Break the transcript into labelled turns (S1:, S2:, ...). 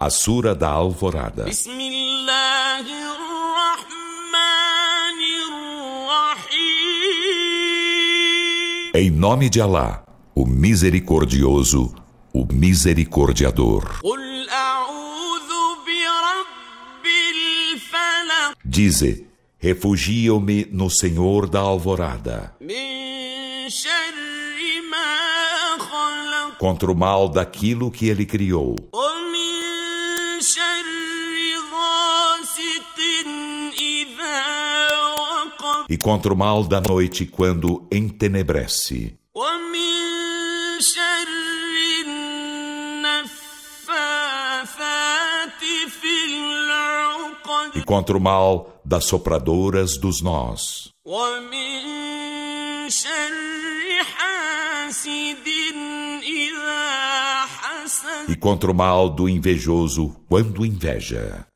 S1: A Sura da Alvorada,
S2: بسم الله الرحمن الرحيم
S1: em nome de Alá, o Misericordioso, o Misericordiador.
S2: قل أعوذ برب الفلق
S1: Dize: Refugio-me no Senhor da Alvorada,
S2: من شر ما خلق
S1: contra o mal daquilo que ele criou,
S2: ومن شر غاسق إذا وقب
S1: e contra o mal da noite quando entenebrece,
S2: ومن شر النفاثات
S1: e
S2: في العقد
S1: contra o mal das sopradoras dos nós,
S2: ومن شر حاسد إذا حسد
S1: e contra o mal do invejoso quando inveja.